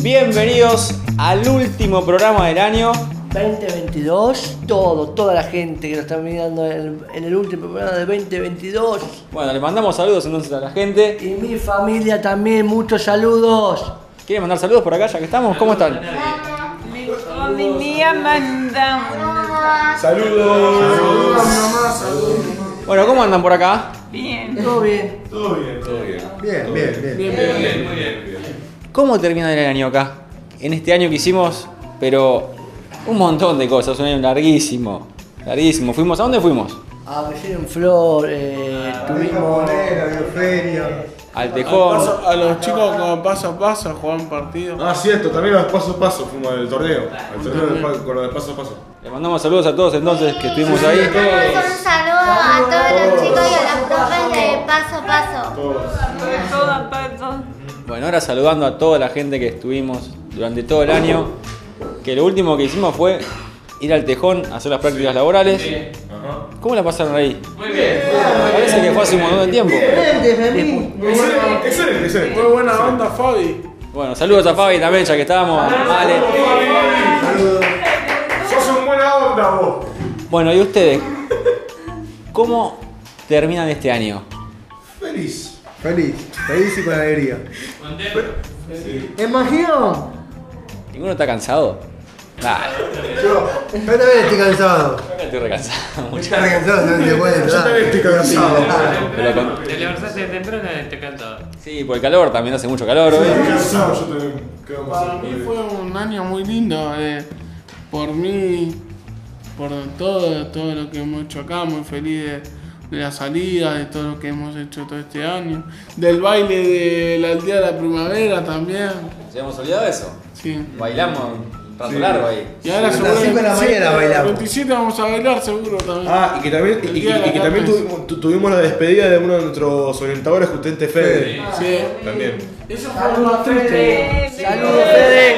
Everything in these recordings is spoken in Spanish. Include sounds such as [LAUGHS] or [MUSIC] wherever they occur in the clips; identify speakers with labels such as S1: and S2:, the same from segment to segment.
S1: Bienvenidos al último programa del año.
S2: 2022, todo, toda la gente que nos está mirando en el, en el último programa de 2022.
S1: Bueno, le mandamos saludos entonces a la gente.
S2: Y mi familia también, muchos saludos.
S1: ¿Quieren mandar saludos por acá ya que estamos? ¿Cómo están?
S3: Familia manda
S4: Saludos.
S1: Bueno, ¿cómo andan por acá?
S3: bien.
S2: Todo bien.
S4: Todo bien, todo bien.
S5: Bien, bien, bien.
S4: Muy bien, muy bien. bien.
S1: ¿Cómo termina el año acá? En este año que hicimos, pero un montón de cosas, un año larguísimo. Larguísimo. ¿Fuimos? ¿A dónde fuimos?
S2: A Belén en Ah, Flor, eh, tuvimos.
S5: Japonera, bioferia.
S1: Al tejón.
S6: Paso- a los chicos con paso a paso jugaban partidos.
S4: Ah, cierto, también los paso a paso fuimos al torneo. Al torneo de pa- con los de paso a paso.
S1: Le mandamos saludos a todos entonces que estuvimos ahí.
S7: Un saludo a todos los chicos y a las profes de paso a paso.
S4: Todos.
S3: Por toda parte.
S1: Bueno, ahora saludando a toda la gente que estuvimos durante todo el año, que lo último que hicimos fue ir al tejón a hacer las prácticas laborales.
S4: Ajá.
S1: ¿Cómo la pasaron ahí? Muy bien. Parece que fue hace un montón de tiempo.
S4: Excelente, excelente, excelente.
S6: Muy buena onda, Fabi.
S1: Bueno, saludos a Fabi también, ya que estábamos. Vale.
S4: Sos un buena onda vos.
S1: Bueno, ¿y ustedes? ¿Cómo terminan este año?
S4: Feliz.
S5: Feliz, feliz y con alegría.
S2: Imagino.
S1: ¿Ninguno está cansado? Nah,
S5: Yo, yo también estoy cansado.
S1: yo estoy recansado, [LAUGHS] muchachos.
S5: Estoy cansado, no te puedes
S4: Yo también estoy cansado.
S1: Pero con-
S8: Te levantaste temprano y te cantaba.
S1: Sí, por el calor también hace mucho calor
S4: Estoy
S1: hoy.
S4: cansado, yo también. Quedo
S6: Para
S4: más
S6: mí fue un año muy lindo. eh, por mí, por todo, todo lo que hemos hecho acá, muy feliz de, de la salida, de todo lo que hemos hecho todo este año. Del baile de la aldea de la primavera también.
S1: ¿Nos habíamos olvidado de eso?
S6: Sí.
S1: Bailamos un rato largo ahí.
S6: Y ahora
S5: Sí, a las
S6: seguro
S5: cinco de la
S6: 27,
S5: mañana bailamos.
S6: 27 vamos a bailar seguro también.
S4: Ah, y que también, y,
S6: El
S4: y-
S6: día de la
S4: y que también
S6: tarde.
S4: tuvimos, tu- tuvimos la despedida de uno de nuestros orientadores, justamente Fede.
S5: Ah.
S6: Sí.
S4: También.
S6: Eso fue lo más triste.
S2: Saludos, Fede.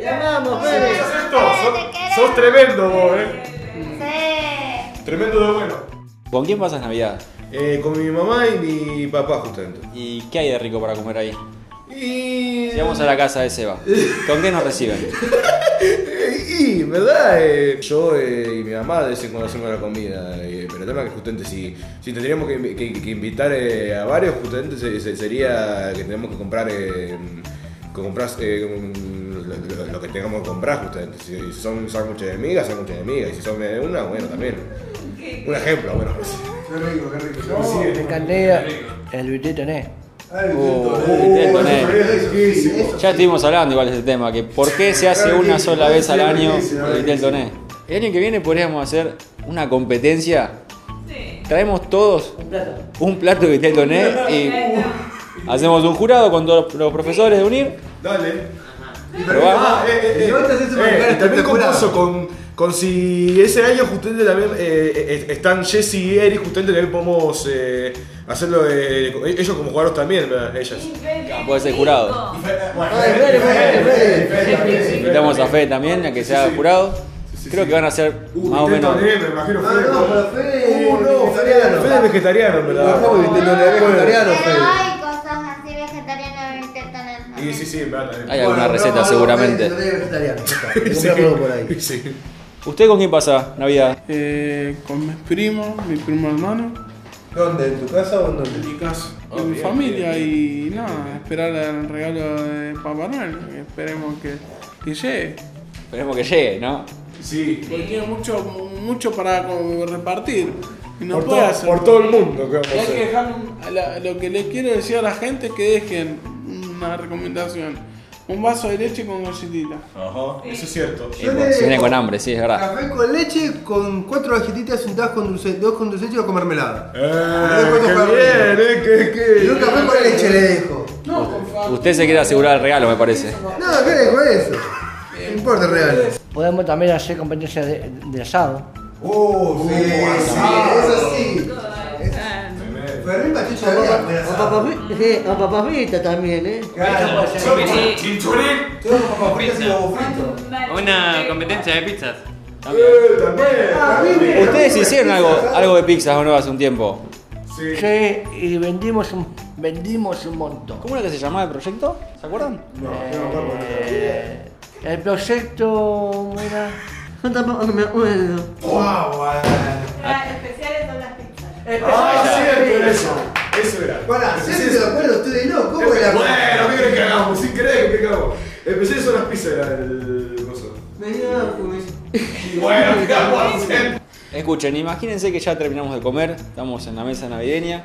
S2: Te amamos, Fede.
S7: sos- sos
S4: tremendo vos, eh.
S7: Sí.
S4: Tremendo de bueno.
S1: ¿Con quién pasas Navidad?
S4: Eh, con mi mamá y mi papá, justamente.
S1: ¿Y qué hay de rico para comer ahí?
S4: Y.
S1: Si vamos a la casa de Seba, ¿con qué nos reciben?
S4: Y, ¿verdad? Eh, yo eh, y mi mamá de vez en cuando hacemos la comida, eh, pero el tema es que justamente si, si tendríamos que, invi- que- que invitar eh, a varios, justamente se- se- sería que tenemos que comprar, eh, que comprar eh, un- lo, lo- lo que tengamos que comprar justamente. Si, si son sándwiches de miga, sándwiches de miga, y si son de una, bueno, también. Un ejemplo, bueno. no sé.
S5: Qué rico, qué rico.
S2: Me encanté el billete tenés.
S5: Ay,
S1: Oh,
S5: qué rico.
S1: intento,
S5: Oh,
S1: eh.
S5: eso es riquísimo.
S1: Ya estuvimos hablando igual de este tema, que por qué se hace una sola vez al año el Vitel Toné. El año que viene podríamos hacer una competencia, traemos todos un plato de Vitel Toné uh, y hacemos un jurado con todos los profesores de UNIR.
S4: Dale.
S1: Probá.
S4: eh, eh, eh,
S5: Y vos te haces una
S4: eh,
S5: cara
S4: y también con
S5: espectacular.
S4: Pozo, con, con si ese año justamente también eh, eh, están Jesse y Eric, justamente también podemos eh, hacerlo de, ellos como jugadores también, ¿verdad? ellas.
S1: Puede ser jurado.
S5: Ay, Fede, Fede, Fede, Fede, Fede.
S1: Invitamos a Fede también a que sea jurado. Creo que van a ser
S4: Uh,
S1: más o
S4: intento
S1: menos...
S4: leer, me imagino
S5: No, no, pero Fede
S4: Uh, no, Fede
S5: vegetariano.
S4: Fede es vegetariano, en ¿verdad?
S5: Ojo, viste, no le hagas vegetariano,
S7: Pero
S5: Fede.
S7: hay cosas así vegetarianas y vegetarianas.
S4: Y sí, sí, en verdad también.
S1: Hay alguna
S5: Bueno,
S1: receta
S5: no, no,
S1: seguramente.
S5: Fede, no, vegetariano, ya está.
S4: Sí,
S5: Compré todo por ahí.
S4: sí.
S1: ¿Usted con quién pasa Navidad?
S6: Eh, con mis primos, mi primo hermano,
S5: ¿Dónde? ¿En tu casa o en
S6: y
S5: dónde?
S6: casa,
S4: Ah,
S6: y mi
S4: bien,
S6: familia
S4: bien,
S6: y nada, esperar el regalo de Papá Noel, que esperemos que, que llegue.
S1: Esperemos que llegue, ¿no?
S4: Sí.
S6: Porque tiene mucho, mucho para como repartir. Y no
S4: Por,
S6: puede
S4: todo-
S6: hacer.
S4: por todo el mundo que vamos
S6: Y
S4: a
S6: hay que
S4: hacer.
S6: dejar un- a la- lo que le quiero decir a la gente es que dejen una recomendación. Un vaso de leche con galletita.
S4: Ajá, eso es cierto.
S1: Eh, bueno, Si viene con hambre, sí, es verdad.
S5: Café con leche con cuatro galletitas untadas con dulce, dos con dulce de leche o con mermelada.
S4: Eh, qué bien, eh, qué, qué.
S5: Y un café con leche le dejo.
S6: No, por favor.
S1: Usted se quiere asegurar el regalo, me parece.
S5: No, ¿qué dejo eso? No importa el regalo.
S2: Podemos también hacer competencia de, de asado.
S5: Oh, sí, sí, eso sí. Fermín Pachucha de
S9: O
S5: Vía.
S9: papas, sí, o papas fritas también, ¿eh?
S5: Yo con papas fritas y huevo frito.
S8: Una competencia de pizzas.
S4: Eh, también.
S1: Ustedes hicieron algo, algo de pizzas o no hace un tiempo.
S4: Sí.
S2: Sí, y vendimos un vendimos un montón.
S1: ¿Cómo era que se llamaba el proyecto? ¿Se acuerdan?
S5: No, yo no me acuerdo.
S2: Eh, el proyecto era.
S9: Yo tampoco me acuerdo.
S4: Ah,
S5: ¡Wow! Ah, bueno.
S3: Las especiales son las pizzas.
S5: Ah, siempre eso.
S4: Eso era.
S5: Pará,
S4: Empecé
S5: siempre
S4: eso-
S5: de acuerdo, ustedes no. ¿Cómo
S4: Bueno,
S5: era?
S4: ¿qué crees que hagamos? Sin creer, ¿qué hagamos? Empecé eso las pizzas, era el coso.
S9: Me dio a comer.
S4: Bueno, ¿qué [LAUGHS] vamos a hacer?
S1: Escuchen, imagínense que ya terminamos de comer, estamos en la mesa navideña.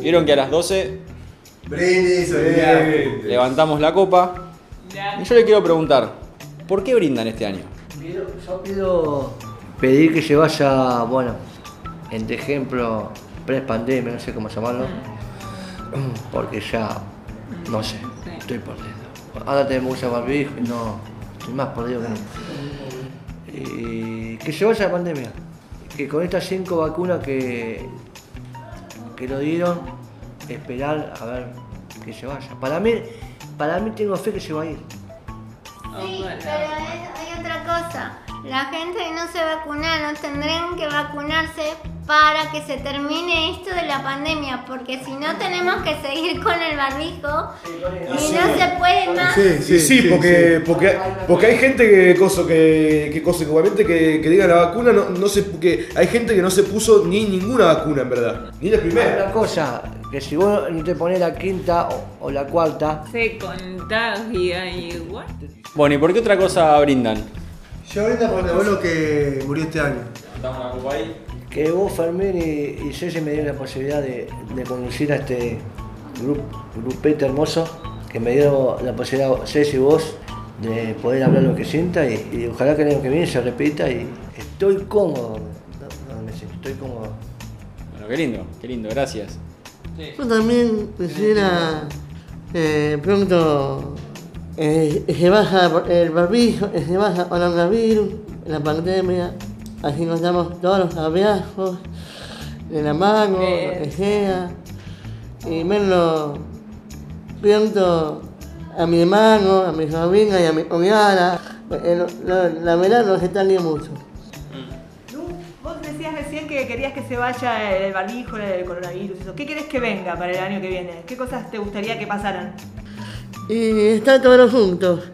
S1: Vieron que a las 12
S5: Brindis, olvidate.
S1: levantamos la copa.
S3: Ya.
S1: Y yo le quiero preguntar, ¿por qué brindan este año?
S2: Pido- Yo pido pedir que se vaya, bueno, entre ejemplo, pre-pandemia, no sé cómo llamarlo, porque ya, no sé, estoy por dentro. Ahora tenemos mucha barbijo y no, estoy más perdido que nunca. Y que se vaya la pandemia, que con estas cinco vacunas que, que nos dieron, esperar a ver que se vaya. Para mí, para mí tengo fe que se va a ir.
S7: Sí, pero es- hay otra cosa. La gente que no se vacunaron tendrán que vacunarse para que se termine esto de la pandemia, porque si no tenemos que seguir con el barbijo y no se puede más.
S4: Sí, sí, porque, Porque, porque hay gente que coso que, que coso que igualmente que, que diga la vacuna no, no se que hay gente que no se puso ni ninguna vacuna en verdad, ni la
S2: Hay
S4: primera.
S2: Una cosa, que si vos no te pones la quinta o, o la cuarta,
S3: Se contagia igual.
S1: Bueno, ¿y por qué otra cosa brindan?
S5: Yo ahorita por el abuelo que murió este año.
S1: Estamos la copa ahí.
S2: que vos, Fermín y, y Ceci me dieron la posibilidad de, de conducir a este grup, grupete hermoso, que me dieron la posibilidad, Ceci y vos, de poder hablar lo que sienta y, y ojalá que el año que viene se repita y estoy cómodo. No, no, me siento, estoy cómodo.
S1: Bueno, qué lindo, qué lindo, gracias.
S9: Yo también quisiera eh, pronto eh, se baja el barbijo, eh, se baja el coronavirus, la pandemia, así nos damos todos los abrazos, de la mano, lo que sea, y menos pronto a mi hermano, a mi sobrina y a mi cuñada, eh, lo- lo- la verdad nos extraño mucho.
S3: Vos decías recién que querías que se vaya el barbijo, el coronavirus, eso. ¿Qué querés que venga para el año que viene? ¿Qué cosas te gustaría que pasaran?
S9: Y estar todos juntos.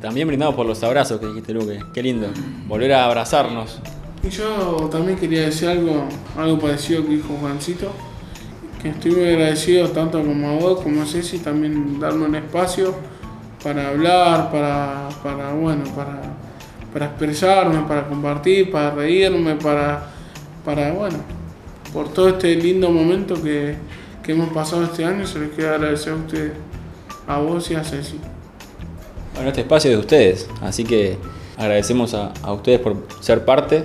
S1: También brindamos por los abrazos que dijiste, Luque. Qué lindo. Volver a abrazarnos.
S6: Y yo también quería decir algo, algo parecido que dijo Juancito, que estoy muy agradecido tanto como a vos como a Ceci, también darme un espacio para hablar, para, para bueno, para, para expresarme, para compartir, para reírme, para, para bueno, por todo este lindo momento que, que hemos pasado este año, se les quiero agradecer a ustedes, a vos y a Ceci.
S1: Bueno, este espacio es de ustedes, así que agradecemos a, a ustedes por ser parte,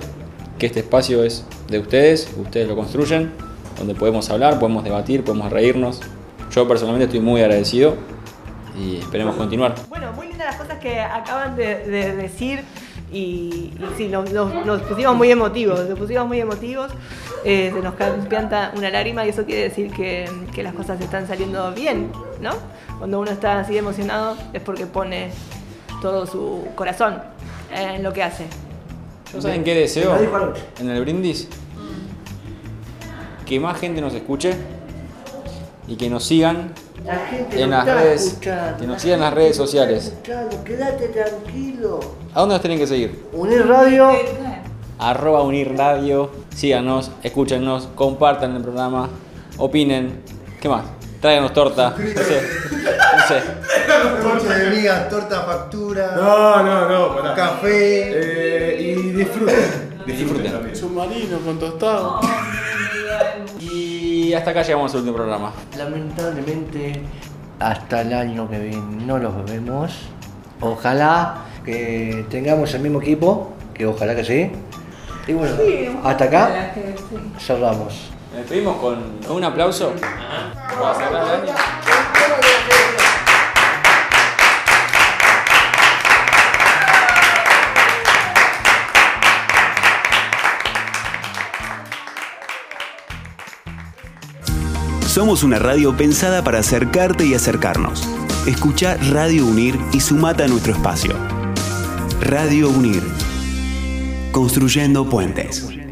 S1: que este espacio es de ustedes, ustedes lo construyen, donde podemos hablar, podemos debatir, podemos reírnos. Yo personalmente estoy muy agradecido y esperemos continuar.
S3: Bueno, muy lindas las cosas que acaban de, de decir y, y sí, nos, nos- nos pusimos muy emotivos, nos pusimos muy emotivos, eh, se nos can- pianta una lágrima y eso quiere decir que, que las cosas están saliendo bien, ¿no? Cuando uno está así emocionado es porque pone todo su corazón en lo que hace.
S1: ¿No saben qué deseo
S2: Me lo dijo anoche.
S1: en el brindis? Que más gente nos escuche y que nos sigan
S2: La gente
S1: En
S2: no
S1: las
S2: está
S1: redes,
S2: escuchando,
S1: que nos
S2: la
S1: sigan en las
S2: gente
S1: redes
S2: no está
S1: sociales.
S2: escuchando, Quédate tranquilo.
S1: ¿A dónde nos tienen que seguir?
S2: Unir Radio.
S1: Arroba Unir Radio. Síganos, escúchenos, compartan el programa, opinen. ¿Qué más? Tráiganos torta. No sé. No sé.
S5: Torta de migas, torta factura,
S4: No, no, no, pará.
S5: café.
S4: Eh, y disfruten.
S1: Disfruten.
S4: también.
S6: Submarino con tostado.
S1: Y hasta acá llegamos al último programa.
S2: Lamentablemente, hasta el año que viene no los vemos. Ojalá que tengamos el mismo equipo, que ojalá que sí. Y bueno, hasta acá cerramos.
S1: Me despedimos con un aplauso. Para cerrar ¿eh? el año.
S10: Somos una radio pensada para acercarte y acercarnos. Escucha Radio Unir y sumate a nuestro espacio. Radio Unir. Construyendo puentes.